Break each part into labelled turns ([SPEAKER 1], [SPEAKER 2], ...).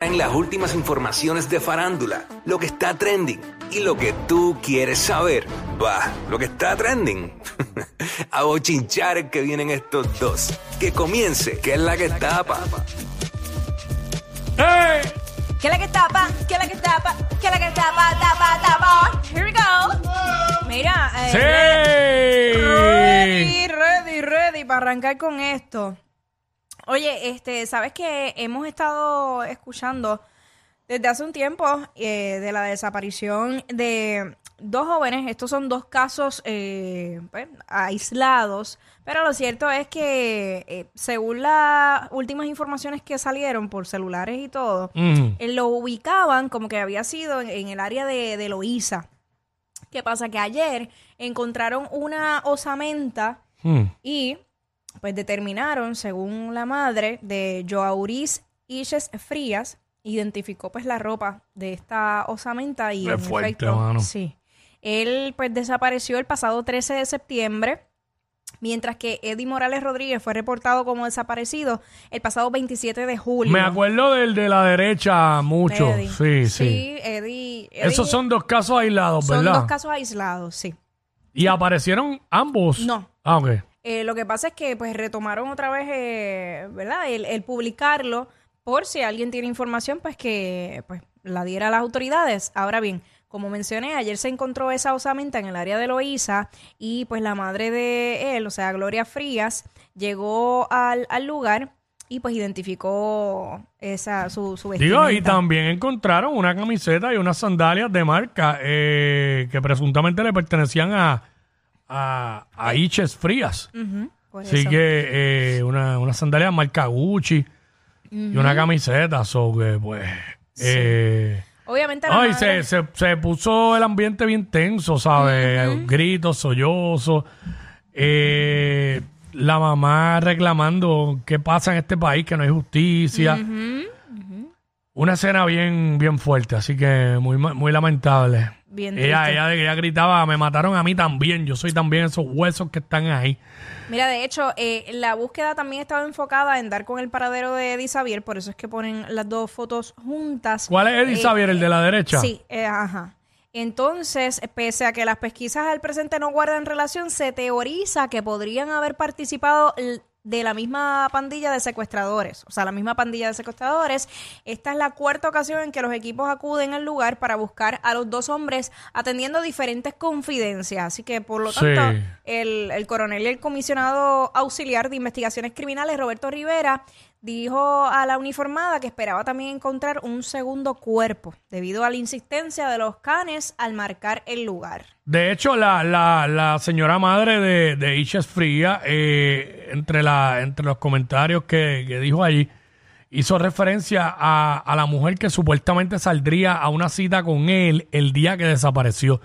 [SPEAKER 1] traen las últimas informaciones de farándula, lo que está trending y lo que tú quieres saber. Va, lo que está trending. A bochinchar que vienen estos dos. Que comience, que es la que tapa.
[SPEAKER 2] ¡Ey!
[SPEAKER 3] ¿Qué es la que tapa? ¿Qué es la que tapa? ¿Qué es la que tapa? Tapa, tapa. Here we go. Mira, eh,
[SPEAKER 2] ¡Sí!
[SPEAKER 3] ready, ready, ready para arrancar con esto. Oye, este, sabes que hemos estado escuchando desde hace un tiempo eh, de la desaparición de dos jóvenes. Estos son dos casos eh, pues, aislados, pero lo cierto es que eh, según las últimas informaciones que salieron por celulares y todo,
[SPEAKER 2] Mm.
[SPEAKER 3] eh, lo ubicaban como que había sido en, en el área de, de Loíza. ¿Qué pasa? Que ayer encontraron una osamenta
[SPEAKER 2] Mm.
[SPEAKER 3] y pues determinaron, según la madre de Joauris Iches Frías, identificó pues la ropa de esta osamenta y
[SPEAKER 2] Qué
[SPEAKER 3] en
[SPEAKER 2] fuerte,
[SPEAKER 3] efecto,
[SPEAKER 2] mano.
[SPEAKER 3] sí. Él pues desapareció el pasado 13 de septiembre, mientras que Eddie Morales Rodríguez fue reportado como desaparecido el pasado 27 de julio.
[SPEAKER 2] Me acuerdo del de la derecha mucho.
[SPEAKER 3] Eddie.
[SPEAKER 2] Sí, sí.
[SPEAKER 3] Eddie, Eddie-
[SPEAKER 2] Esos son dos casos aislados,
[SPEAKER 3] son
[SPEAKER 2] ¿verdad?
[SPEAKER 3] dos casos aislados, sí.
[SPEAKER 2] ¿Y aparecieron ambos?
[SPEAKER 3] No.
[SPEAKER 2] Ah, ok.
[SPEAKER 3] Eh, lo que pasa es que pues retomaron otra vez, eh, ¿verdad? El, el publicarlo por si alguien tiene información, pues que pues la diera a las autoridades. Ahora bien, como mencioné, ayer se encontró esa osamenta en el área de Loíza y pues la madre de él, o sea, Gloria Frías, llegó al, al lugar y pues identificó esa su, su vestimenta.
[SPEAKER 2] Digo, y también encontraron una camiseta y unas sandalias de marca eh, que presuntamente le pertenecían a, a, a Iches Frías.
[SPEAKER 3] Ujú, por
[SPEAKER 2] Así
[SPEAKER 3] Pues eso.
[SPEAKER 2] que eh, una, una sandalia marca Gucci y una camiseta. So que, pues. eh,
[SPEAKER 3] Obviamente la
[SPEAKER 2] Ay,
[SPEAKER 3] madre-
[SPEAKER 2] se, se, se puso el ambiente bien tenso, ¿sabes? Gritos, sollozos. eh, la mamá reclamando qué pasa en este país, que no hay justicia. Una escena bien, bien fuerte, así que muy, ma- muy lamentable.
[SPEAKER 3] Bien
[SPEAKER 2] ella,
[SPEAKER 3] triste.
[SPEAKER 2] ella, ella gritaba, me mataron a mí también, yo soy también esos huesos que están ahí.
[SPEAKER 3] Mira, de hecho, eh, la búsqueda también estaba enfocada en dar con el paradero de Eddie Xavier, por eso es que ponen las dos fotos juntas.
[SPEAKER 2] ¿Cuál es Eddie
[SPEAKER 3] Eh,
[SPEAKER 2] Xavier, el de la derecha?
[SPEAKER 3] Sí, eh, ajá. Entonces, eh, pese a que las pesquisas al presente no guardan relación, se teoriza que podrían haber participado l- de la misma pandilla de secuestradores, o sea, la misma pandilla de secuestradores. Esta es la cuarta ocasión en que los equipos acuden al lugar para buscar a los dos hombres atendiendo diferentes confidencias. Así que, por lo
[SPEAKER 2] Sí.
[SPEAKER 3] tanto, el, el coronel y el comisionado auxiliar de investigaciones criminales, Roberto Rivera, dijo a la uniformada que esperaba también encontrar un segundo cuerpo debido a la insistencia de los canes al marcar el lugar.
[SPEAKER 2] De hecho, la, la, la señora madre de, de Iches Fría, eh, entre, la, entre los comentarios que, que dijo allí, hizo referencia a, a la mujer que supuestamente saldría a una cita con él el día que desapareció.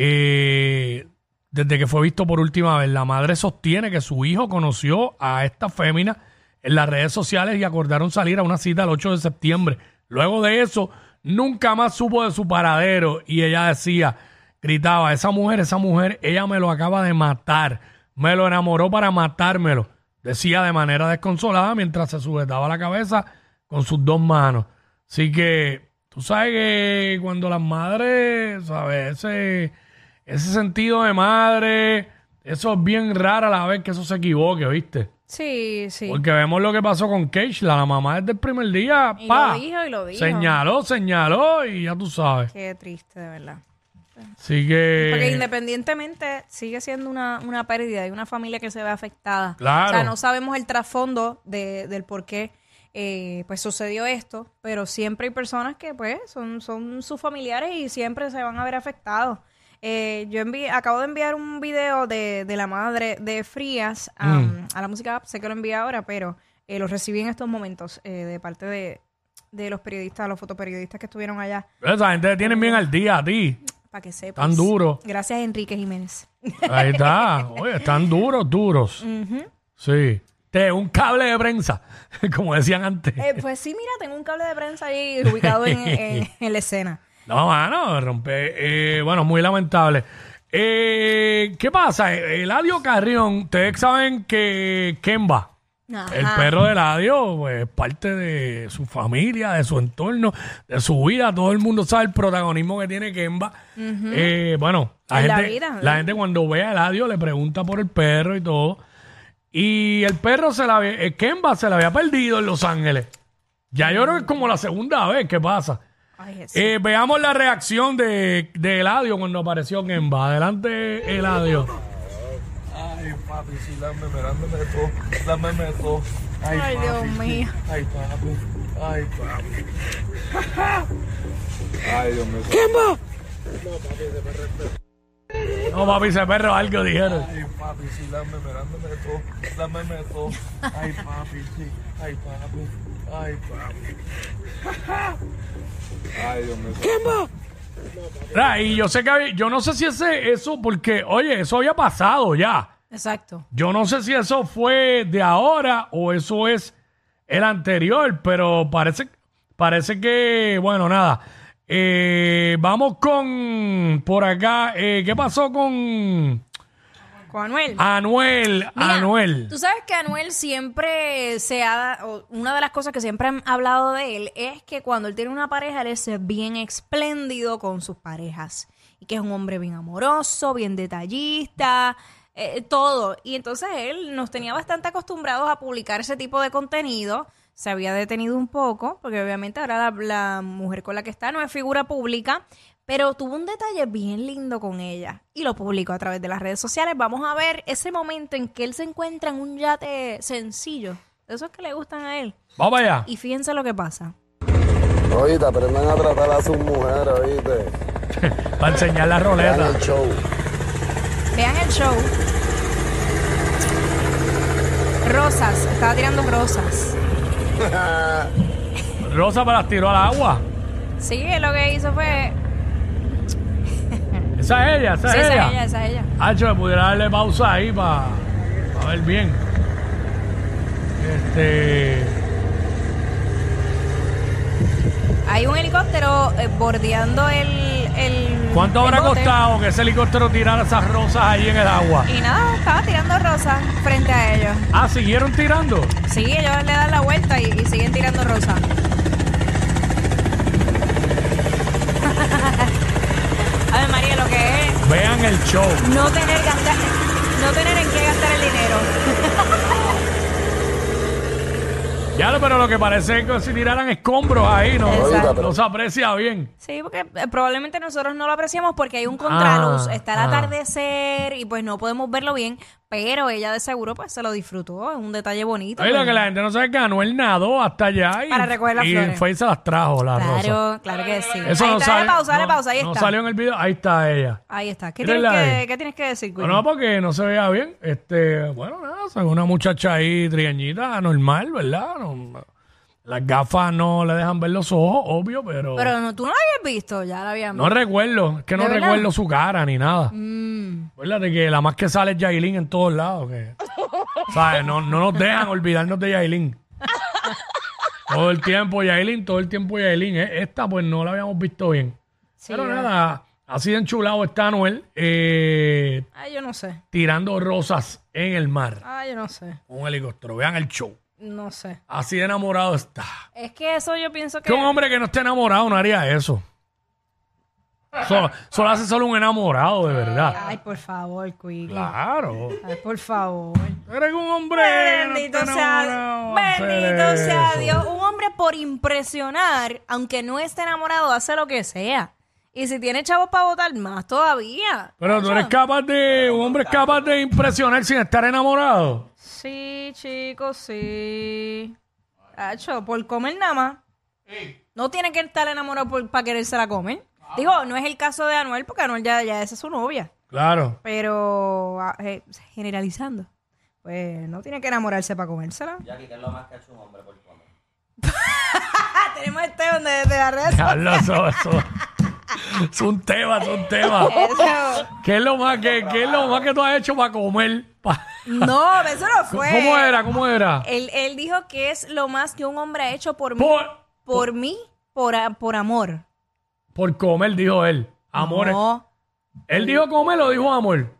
[SPEAKER 2] Eh, desde que fue visto por última vez, la madre sostiene que su hijo conoció a esta fémina en las redes sociales y acordaron salir a una cita el 8 de septiembre. Luego de eso, nunca más supo de su paradero y ella decía, gritaba, esa mujer, esa mujer, ella me lo acaba de matar, me lo enamoró para matármelo, decía de manera desconsolada mientras se sujetaba la cabeza con sus dos manos. Así que Tú sabes que cuando las madres, ¿sabes? Ese, ese sentido de madre, eso es bien raro a la vez que eso se equivoque, ¿viste?
[SPEAKER 3] Sí, sí.
[SPEAKER 2] Porque vemos lo que pasó con Keishla, la mamá desde el primer día,
[SPEAKER 3] Y
[SPEAKER 2] pa,
[SPEAKER 3] lo dijo y lo dijo.
[SPEAKER 2] señaló, señaló y ya tú sabes.
[SPEAKER 3] Qué triste, de verdad.
[SPEAKER 2] Así
[SPEAKER 3] Porque
[SPEAKER 2] que...
[SPEAKER 3] independientemente sigue siendo una, una pérdida y una familia que se ve afectada.
[SPEAKER 2] Claro.
[SPEAKER 3] O sea, no sabemos el trasfondo de- del por qué eh, pues sucedió esto, pero siempre hay personas que pues son, son sus familiares y siempre se van a ver afectados. Eh, yo envi- acabo de enviar un video de, de la madre de Frías um,
[SPEAKER 2] Mm.
[SPEAKER 3] a la música, app. sé que lo envié ahora, pero eh, lo recibí en estos momentos eh, de parte de, de los periodistas, los fotoperiodistas que estuvieron allá,
[SPEAKER 2] Esa gente te tienen bien al día a ti.
[SPEAKER 3] para que sepas.
[SPEAKER 2] Tan duro.
[SPEAKER 3] Gracias, Enrique Jiménez.
[SPEAKER 2] Ahí está. Oye, están duros, duros. Sí. Te, un cable de prensa, como decían antes.
[SPEAKER 3] Eh, pues sí, mira, tengo un cable de prensa ahí ubicado en, en- en la escena.
[SPEAKER 2] No, mano, rompe. eh, bueno, muy lamentable. Eh, ¿Qué pasa? Eh, Eladio Carrión, ustedes saben que Kemba
[SPEAKER 3] Ajá.
[SPEAKER 2] El perro de Eladio pues, es parte de su familia, de su entorno, de su vida. Todo el mundo sabe el protagonismo que tiene Kemba. Eh, bueno, la,
[SPEAKER 3] En la
[SPEAKER 2] gente,
[SPEAKER 3] vida, ¿eh?
[SPEAKER 2] la
[SPEAKER 3] ¿no?
[SPEAKER 2] gente cuando ve a Eladio le pregunta por el perro y todo. Y el perro se la había, eh, Kemba se la había perdido en Los Ángeles. Ya yo creo que es como la segunda vez que pasa.
[SPEAKER 3] Ay, Jesús.
[SPEAKER 2] Eh, veamos la reacción de, de Eladio cuando apareció Kemba. Adelante, Eladio.
[SPEAKER 4] Ay, papi, sí, lame, lámeme de todo, lámeme de todo. Ay,
[SPEAKER 3] Ay,
[SPEAKER 4] papi,
[SPEAKER 3] Dios
[SPEAKER 4] sí.
[SPEAKER 3] mío.
[SPEAKER 4] Ay, papi, ay, papi. Ay, Dios mío.
[SPEAKER 2] No, papi, ese perro algo dijeron.
[SPEAKER 4] Ay, papi, sí, lámeme, lámeme de todo, lámeme de todo. Ay, papi, sí, ay, papi, ay, papi. Ay, Dios mío.
[SPEAKER 2] Ah, Y yo sé que había- yo no sé si ese eso porque oye eso había pasado ya.
[SPEAKER 3] Exacto.
[SPEAKER 2] Yo no sé si eso fue de ahora o eso es el anterior, pero parece parece que bueno nada. Eh, vamos con por acá. eh, ¿Qué pasó con
[SPEAKER 3] Con Anuel.
[SPEAKER 2] Anuel?
[SPEAKER 3] Mira,
[SPEAKER 2] Anuel.
[SPEAKER 3] Tú sabes que Anuel siempre se ha. o Una de las cosas que siempre han hablado de él es que cuando él tiene una pareja, él es bien espléndido con sus parejas. Y que es un hombre bien amoroso, bien detallista, eh, todo. Y entonces él nos tenía bastante acostumbrados a publicar ese tipo de contenido. Se había detenido un poco, porque obviamente ahora la, la mujer con la que está no es figura pública, pero tuvo un detalle bien lindo con ella y lo publicó a través de las redes sociales. Vamos a ver ese momento en que él se encuentra en un yate sencillo, de esos que le gustan a él.
[SPEAKER 2] Vamos allá.
[SPEAKER 3] Y fíjense lo que pasa.
[SPEAKER 5] Oye, te aprendan a tratar a sus mujeres, oíste.
[SPEAKER 2] Para enseñar la
[SPEAKER 5] Vean
[SPEAKER 2] roleta.
[SPEAKER 5] el show.
[SPEAKER 3] Vean el show. Rosas, estaba tirando rosas.
[SPEAKER 2] Rosa para las tiró al agua.
[SPEAKER 3] Sí, él lo que hizo fue...
[SPEAKER 2] Esa es ella, esa
[SPEAKER 3] Sí,
[SPEAKER 2] es
[SPEAKER 3] esa es
[SPEAKER 2] ella.
[SPEAKER 3] ella, esa es ella.
[SPEAKER 2] Hacho, me pudiera darle pausa ahí para ver bien. Este.
[SPEAKER 3] Hay un helicóptero eh, bordeando el... el
[SPEAKER 2] ¿Cuánto
[SPEAKER 3] el
[SPEAKER 2] habrá
[SPEAKER 3] bote.
[SPEAKER 2] costado que ese helicóptero tirara esas rosas ahí en el agua?
[SPEAKER 3] Y nada, estaba tirando rosas frente a ellos.
[SPEAKER 2] Ah, siguieron tirando.
[SPEAKER 3] Sí, ellos le dan la vuelta y, y siguen tirando rosas. A ver, María, lo que es
[SPEAKER 2] Vean el show.
[SPEAKER 3] no tener, gastar, no tener en qué gastar el dinero.
[SPEAKER 2] Ya, lo- pero lo que parece es que si tiraran escombros ahí, ¿no?
[SPEAKER 3] Exacto.
[SPEAKER 2] No se aprecia bien.
[SPEAKER 3] Sí, porque eh, probablemente nosotros no lo apreciamos porque hay un contraluz,
[SPEAKER 2] Ah,
[SPEAKER 3] está el
[SPEAKER 2] ah.
[SPEAKER 3] atardecer y pues no podemos verlo bien, pero ella de seguro pues se lo disfrutó, es un detalle bonito.
[SPEAKER 2] Oye, lo
[SPEAKER 3] pues.
[SPEAKER 2] que la gente no sabe es que Anuel nadó hasta allá y,
[SPEAKER 3] Para recoger las
[SPEAKER 2] y
[SPEAKER 3] flores.
[SPEAKER 2] fue y se las trajo las rosas.
[SPEAKER 3] Claro, claro que sí.
[SPEAKER 2] Eso
[SPEAKER 3] ahí
[SPEAKER 2] no
[SPEAKER 3] está,
[SPEAKER 2] sale-
[SPEAKER 3] dale pausa, dale
[SPEAKER 2] no-
[SPEAKER 3] pausa, ahí
[SPEAKER 2] no
[SPEAKER 3] está.
[SPEAKER 2] salió en el video. Ahí está ella.
[SPEAKER 3] Ahí está. ¿Qué tienes
[SPEAKER 2] Mírenla
[SPEAKER 3] que,
[SPEAKER 2] ahí.
[SPEAKER 3] ¿Qué tienes que decir,
[SPEAKER 2] No,
[SPEAKER 3] Quickie?
[SPEAKER 2] no, porque no se veía bien. Este, bueno, nada, o sea, una muchacha ahí triañita, normal, ¿verdad? No- no- las gafas no le dejan ver los ojos, obvio, pero,
[SPEAKER 3] Pero no, tú no la habías visto, ya la habíamos.
[SPEAKER 2] no recuerdo, es que no
[SPEAKER 3] ¿De verdad? Mm.
[SPEAKER 2] recuerdo su cara ni nada. Acuérdate que la más que sale es Yailin en todos lados, que, ¿sabes? No, no nos dejan olvidarnos de Yailin. todo el tiempo Yailin, todo el tiempo Yailin. Eh, Esta pues no la habíamos visto bien. pero nada, así de enchulado está Noel. Eh,
[SPEAKER 3] Ay, Ah, yo no sé.
[SPEAKER 2] tirando rosas en el mar.
[SPEAKER 3] Ay, yo no sé.
[SPEAKER 2] Un helicóptero. Vean el show.
[SPEAKER 3] No sé.
[SPEAKER 2] Así de enamorado está.
[SPEAKER 3] Es que eso yo pienso que.
[SPEAKER 2] Que un hombre que no esté enamorado no haría eso. Solo, solo hace solo un enamorado, de verdad.
[SPEAKER 3] Ay, por favor, Quickie.
[SPEAKER 2] Claro.
[SPEAKER 3] Ay, por favor.
[SPEAKER 2] Eres un hombre. que no
[SPEAKER 3] Bendito
[SPEAKER 2] está
[SPEAKER 3] sea,
[SPEAKER 2] enamorado,
[SPEAKER 3] bendito
[SPEAKER 2] hacer
[SPEAKER 3] sea
[SPEAKER 2] eso.
[SPEAKER 3] Dios. Un hombre por impresionar, aunque no esté enamorado, hace lo que sea. Y si tiene chavos para votar, más todavía.
[SPEAKER 2] Pero tú eres capaz de. Un hombre es capaz de impresionar sin estar enamorado.
[SPEAKER 3] Sí, chicos, sí. Hacho, por comer nada más. No tiene que estar enamorado para quererse la comer. Digo, no es el caso de Anuel, porque Anuel ya, ya esa es su novia.
[SPEAKER 2] Claro.
[SPEAKER 3] Pero ah, eh, generalizando, pues no tiene que enamorarse para comérsela. Ya que es lo más que ha hecho un hombre por comer. Tenemos este donde de la red.
[SPEAKER 2] Diablo, eso- eso- Es un tema, es un tema.
[SPEAKER 3] Eso.
[SPEAKER 2] ¿Qué es lo más que, qué es lo más que tú has hecho para comer? Pa-
[SPEAKER 3] No, eso no fue.
[SPEAKER 2] ¿Cómo era? ¿Cómo era?
[SPEAKER 3] Él, él dijo que es lo más que un hombre ha hecho por mí.
[SPEAKER 2] Por-
[SPEAKER 3] Por, mí, por, a- por amor.
[SPEAKER 2] Por comer, dijo él. Amor.
[SPEAKER 3] No,
[SPEAKER 2] ¿Él dijo comer o dijo amor?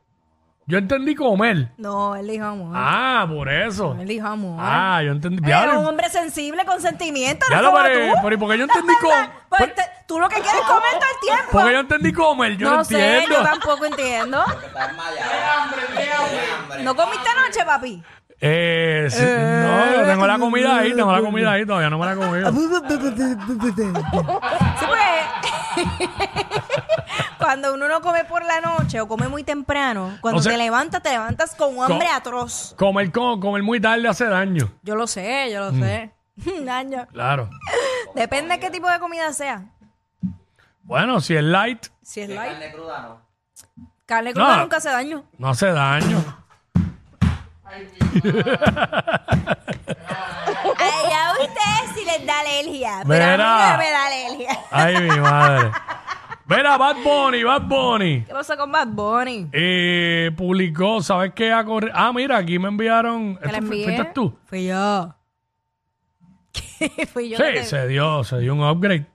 [SPEAKER 2] Yo entendí comer.
[SPEAKER 3] No, él dijo amor.
[SPEAKER 2] Ah, por eso.
[SPEAKER 3] Él dijo amor. Eh,
[SPEAKER 2] Ah, yo entendí.
[SPEAKER 3] Él
[SPEAKER 2] Ya
[SPEAKER 3] Era un
[SPEAKER 2] lo-
[SPEAKER 3] hombre sensible con sentimientos.
[SPEAKER 2] Ya
[SPEAKER 3] no
[SPEAKER 2] lo
[SPEAKER 3] como
[SPEAKER 2] veré,
[SPEAKER 3] tú.
[SPEAKER 2] pero ¿y por qué yo entendí con-
[SPEAKER 3] Pues
[SPEAKER 2] por-
[SPEAKER 3] te- tú lo que quieres es comer todo el tiempo.
[SPEAKER 2] Porque yo entendí comer, yo no,
[SPEAKER 3] no sé,
[SPEAKER 2] entiendo.
[SPEAKER 3] yo tampoco entiendo. ¿No comiste anoche, papi?
[SPEAKER 2] Eh, sí, no, yo tengo la comida ahí, tengo la comida ahí, todavía no me la he comido.
[SPEAKER 3] Sí, pues. cuando uno no come por la noche o come muy temprano, cuando
[SPEAKER 2] O sea,
[SPEAKER 3] te levantas, te levantas con un hambre
[SPEAKER 2] co-
[SPEAKER 3] atroz.
[SPEAKER 2] Comer, co- comer muy tarde hace daño.
[SPEAKER 3] Yo lo sé, yo lo
[SPEAKER 2] Mm.
[SPEAKER 3] sé. Daño.
[SPEAKER 2] Claro.
[SPEAKER 3] Depende de qué tipo de comida sea.
[SPEAKER 2] Bueno, si es light,
[SPEAKER 3] Si es light. Carne cruda, no. Carne cruda
[SPEAKER 2] No.
[SPEAKER 3] nunca hace daño.
[SPEAKER 2] no hace daño.
[SPEAKER 3] Ay, a ustedes si les da alergia. Pero
[SPEAKER 2] Verá.
[SPEAKER 3] a mí no me da alergia.
[SPEAKER 2] Ay, mi madre. Mira, Bad Bunny, Bad Bunny.
[SPEAKER 3] ¿Qué pasó con Bad Bunny?
[SPEAKER 2] Eh, publicó, ¿sabes qué? Ha corri- Ah, mira, aquí me enviaron.
[SPEAKER 3] ¿Te la
[SPEAKER 2] ¿Esto fu-
[SPEAKER 3] envié?
[SPEAKER 2] fuiste tú?
[SPEAKER 3] Fui yo. Fui yo. que
[SPEAKER 2] Sí,
[SPEAKER 3] te-
[SPEAKER 2] se dio, se dio un upgrade.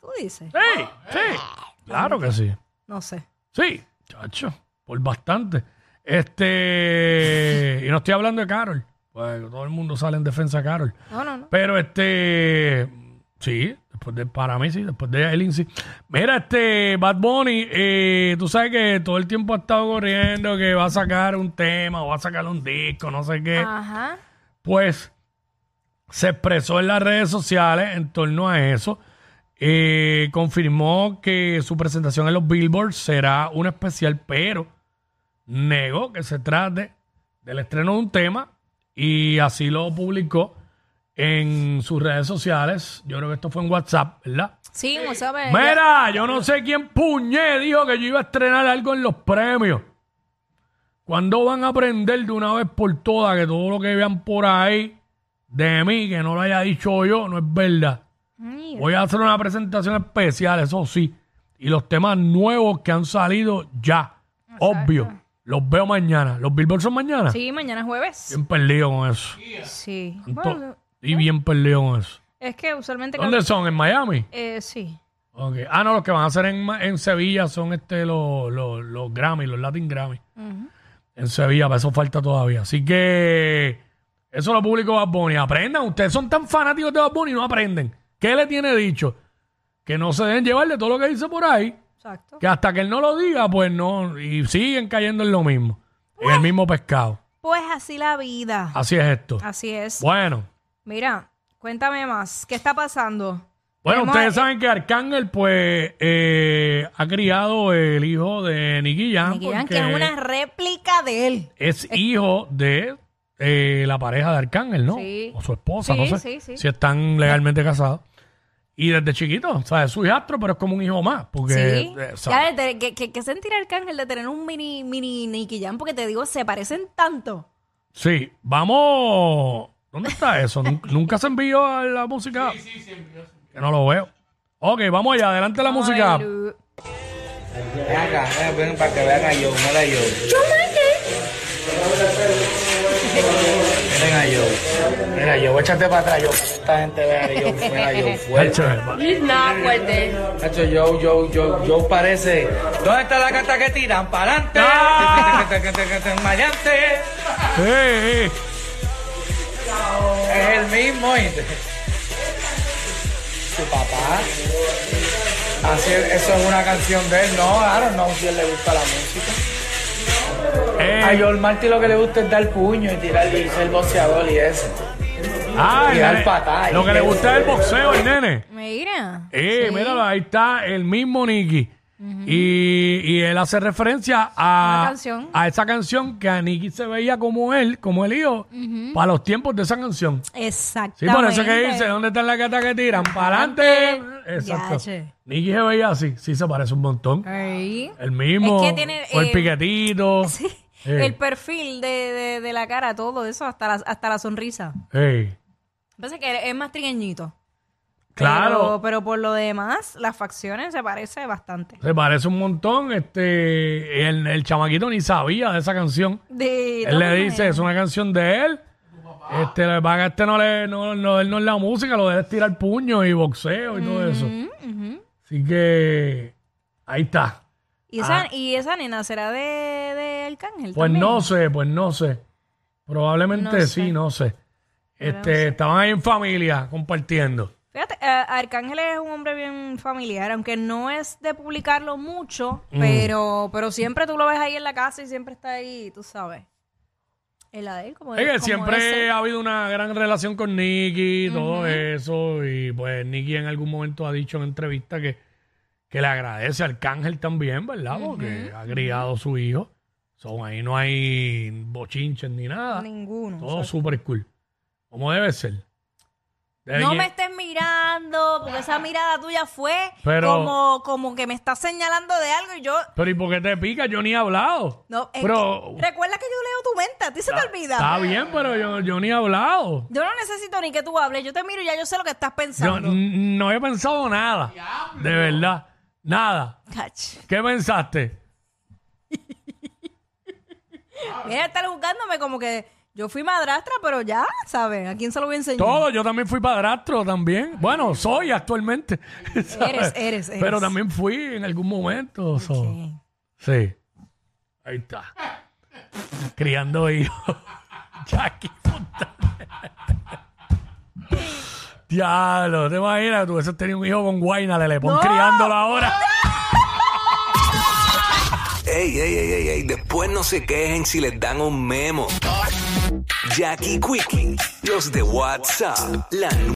[SPEAKER 3] Tú dices.
[SPEAKER 2] Sí,
[SPEAKER 3] eh,
[SPEAKER 2] sí. Claro que sí.
[SPEAKER 3] No sé.
[SPEAKER 2] Sí, chacho, por bastante. Este, y no estoy hablando de Carol. Pues todo el mundo sale en defensa de Carol.
[SPEAKER 3] No, no, no.
[SPEAKER 2] Pero este, sí, después de, para mí sí, después de Aileen sí. Mira, este, Bad Bunny, eh, tú sabes que todo el tiempo ha estado corriendo que va a sacar un tema o va a sacar un disco, no sé qué.
[SPEAKER 3] Ajá.
[SPEAKER 2] Pues se expresó en las redes sociales en torno a eso. Eh, confirmó que su presentación en los Billboards será un especial, pero negó que se trate del estreno de un tema y así lo publicó en sus redes sociales. Yo creo que esto fue en WhatsApp, ¿verdad?
[SPEAKER 3] Sí, o sea, me-
[SPEAKER 2] Mira, yo no sé quién puñe dijo que yo iba a estrenar algo en los premios. ¿Cuándo van a aprender de una vez por todas que todo lo que vean por ahí de mí, que no lo haya dicho yo, no es verdad?
[SPEAKER 3] Mira.
[SPEAKER 2] Voy a hacer una presentación especial, eso sí. Y los temas nuevos que han salido ya, obvio. Los veo mañana. ¿Los Billboard son mañana?
[SPEAKER 3] Sí, mañana es jueves.
[SPEAKER 2] Bien perdido con eso.
[SPEAKER 3] Sí.
[SPEAKER 2] Ento-
[SPEAKER 3] Bueno, este
[SPEAKER 2] y bien perdido con eso.
[SPEAKER 3] es que usualmente.
[SPEAKER 2] ¿Dónde son? ¿En Miami?
[SPEAKER 3] Eh, sí.
[SPEAKER 2] Ok. Ah, no, los que van a hacer en, Ma- en Sevilla son este los, los, los Grammy, los Latin Grammy. En Sevilla, para eso falta todavía. Así que eso lo publicó Bad Bunny. Aprendan, ustedes son tan fanáticos de Bad Bunny y no aprenden. ¿Qué le tiene dicho? Que no se dejen llevar de todo lo que dice por ahí,
[SPEAKER 3] Exacto.
[SPEAKER 2] que hasta que él no lo diga, pues no, y siguen cayendo en lo mismo, en el mismo pescado.
[SPEAKER 3] Pues así la vida.
[SPEAKER 2] Así es esto.
[SPEAKER 3] Así es.
[SPEAKER 2] Bueno,
[SPEAKER 3] Mira, cuéntame más. ¿Qué está pasando?
[SPEAKER 2] Bueno,
[SPEAKER 3] Tenemos-
[SPEAKER 2] ustedes saben que Arcángel, pues, eh, ha criado el hijo de Nicky Jam.
[SPEAKER 3] Nicky Jam, que
[SPEAKER 2] Ah, porque
[SPEAKER 3] es una réplica de él.
[SPEAKER 2] es hijo de eh, la pareja de Arcángel, ¿no?
[SPEAKER 3] Sí.
[SPEAKER 2] O su esposa,
[SPEAKER 3] Sí,
[SPEAKER 2] no sé
[SPEAKER 3] sí, sí.
[SPEAKER 2] si están legalmente casados. Y desde chiquito, o sea, es su hijastro, pero es como un hijo más. Porque,
[SPEAKER 3] Sí.
[SPEAKER 2] eh, o sea,
[SPEAKER 3] Ya, de- que, que, que sentir Arcángel de tener un mini, mini Nicky Jam, porque te digo, se parecen tanto.
[SPEAKER 2] sí, vamos. ¿Dónde está eso? Nun- Nunca se envió a la música. Sí, sí, Que no lo veo. Ok, vamos allá, adelante la música.
[SPEAKER 3] Ay, Lu-
[SPEAKER 6] Ven acá, ven, ven para que vean a yo, mira a yo. ¡Yo mandé! Ven a yo, mira yo, échate para atrás yo. Esta gente vea a yo, mira yo, fuerte.
[SPEAKER 2] Échale, va.
[SPEAKER 6] Hacho, yo, yo, yo, yo parece. ¿Dónde está la gata que tiran para adelante?
[SPEAKER 2] Ah.
[SPEAKER 6] Es
[SPEAKER 2] Eh, eh.
[SPEAKER 6] el mismo. ¿oíste? Su papá. Así, eso es una canción de él, no, claro, no, si él le gusta la música.
[SPEAKER 2] Eh,
[SPEAKER 6] A Joel Marty lo que le gusta es dar puño y tirar y ser boxeador y eso.
[SPEAKER 2] Ah,
[SPEAKER 6] Y
[SPEAKER 2] el
[SPEAKER 6] al
[SPEAKER 2] nene.
[SPEAKER 6] patay.
[SPEAKER 2] Lo que le gusta es el boxeo, el nene.
[SPEAKER 3] Mira.
[SPEAKER 2] Eh,
[SPEAKER 3] Sí.
[SPEAKER 2] míralo, ahí está el mismo Nicky. y, y él hace referencia
[SPEAKER 3] Una
[SPEAKER 2] a,
[SPEAKER 3] canción.
[SPEAKER 2] a esa canción que a Nicky se veía como él, como el hijo, para los tiempos de esa canción. Sí,
[SPEAKER 3] Exactamente.
[SPEAKER 2] por eso que dice, ¿dónde están las gatas que tiran? ¡Para adelante! Exacto.
[SPEAKER 3] che.
[SPEAKER 2] Nicky se veía así, sí se parece un montón.
[SPEAKER 3] Ahí.
[SPEAKER 2] El mismo,
[SPEAKER 3] Es que tiene,
[SPEAKER 2] fue el
[SPEAKER 3] eh,
[SPEAKER 2] piquetito.
[SPEAKER 3] Sí.
[SPEAKER 2] Eh.
[SPEAKER 3] El perfil de, de- de la cara, todo eso, hasta la, hasta la sonrisa.
[SPEAKER 2] Ey,
[SPEAKER 3] Parece que es más trigueñito. Pero,
[SPEAKER 2] claro,
[SPEAKER 3] pero por lo demás, las facciones se parece bastante.
[SPEAKER 2] se parece un montón. Este, el, el chamaquito ni sabía de esa canción.
[SPEAKER 3] De-
[SPEAKER 2] Él le
[SPEAKER 3] no,
[SPEAKER 2] dice, es una canción de él. Este, lo que pasa es que este no le, no, no, él no es la música, lo de él es tirar puños y boxeo y todo eso. Así que ahí está.
[SPEAKER 3] ¿Y esa, y esa nena será de, de Arcángel?
[SPEAKER 2] Ah. Pues
[SPEAKER 3] también?
[SPEAKER 2] no sé, pues no sé. Probablemente sí,
[SPEAKER 3] No sé.
[SPEAKER 2] no sé. Este, estaban ahí en familia compartiendo.
[SPEAKER 3] Fíjate, eh, Arcángel es un hombre bien familiar, aunque no es de publicarlo mucho,
[SPEAKER 2] Mm.
[SPEAKER 3] pero, pero siempre tú lo ves ahí en la casa y siempre está ahí, tú sabes. En la de él, como de-
[SPEAKER 2] Es que
[SPEAKER 3] Pues, como debe
[SPEAKER 2] siempre
[SPEAKER 3] ser.
[SPEAKER 2] ha habido una gran relación con Nicky, todo eso, y pues Nicky en algún momento ha dicho en entrevista que, que le agradece al Cángel también, ¿verdad? Porque ha criado su hijo. Son ahí no hay bochinches ni nada.
[SPEAKER 3] Ninguno.
[SPEAKER 2] todo
[SPEAKER 3] o sea.
[SPEAKER 2] super cool. Como debe ser. Debe
[SPEAKER 3] No
[SPEAKER 2] que-
[SPEAKER 3] me estés mirando, porque esa mirada tuya fue
[SPEAKER 2] Pero-
[SPEAKER 3] como, como que me estás señalando de algo y yo...
[SPEAKER 2] Pero ¿y por qué te pica? Yo ni he hablado.
[SPEAKER 3] No, es
[SPEAKER 2] Pero-
[SPEAKER 3] que- recuerda que yo leo tu mente, a ti se te olvida.
[SPEAKER 2] Está bien, pero yo, yo ni he hablado.
[SPEAKER 3] Yo no necesito ni que tú hables, yo te miro y ya yo sé lo que estás
[SPEAKER 2] Yo
[SPEAKER 3] pensando.
[SPEAKER 2] n- no he pensado nada. De verdad. Nada.
[SPEAKER 3] Cach.
[SPEAKER 2] ¿Qué pensaste?
[SPEAKER 3] Mira, estar juzgándome como que yo fui madrastra, pero ya, ¿sabes? ¿A quién se lo voy a enseñar?
[SPEAKER 2] Todo, yo también fui padrastro también. Bueno, soy actualmente. ¿sabes?
[SPEAKER 3] eres, eres.
[SPEAKER 2] Pero también fui en algún momento. so-
[SPEAKER 3] Sí.
[SPEAKER 2] Sí. Ahí está. Criando hijos. Jackie puta. Diablo, te imaginas, tú hubieses tenido un hijo con Guayna, le le pon criándolo ahora.
[SPEAKER 1] Ey, ey, ey, ey, ey, después no se quejen si les dan un memo. Jackie Quickie, los de WhatsApp, la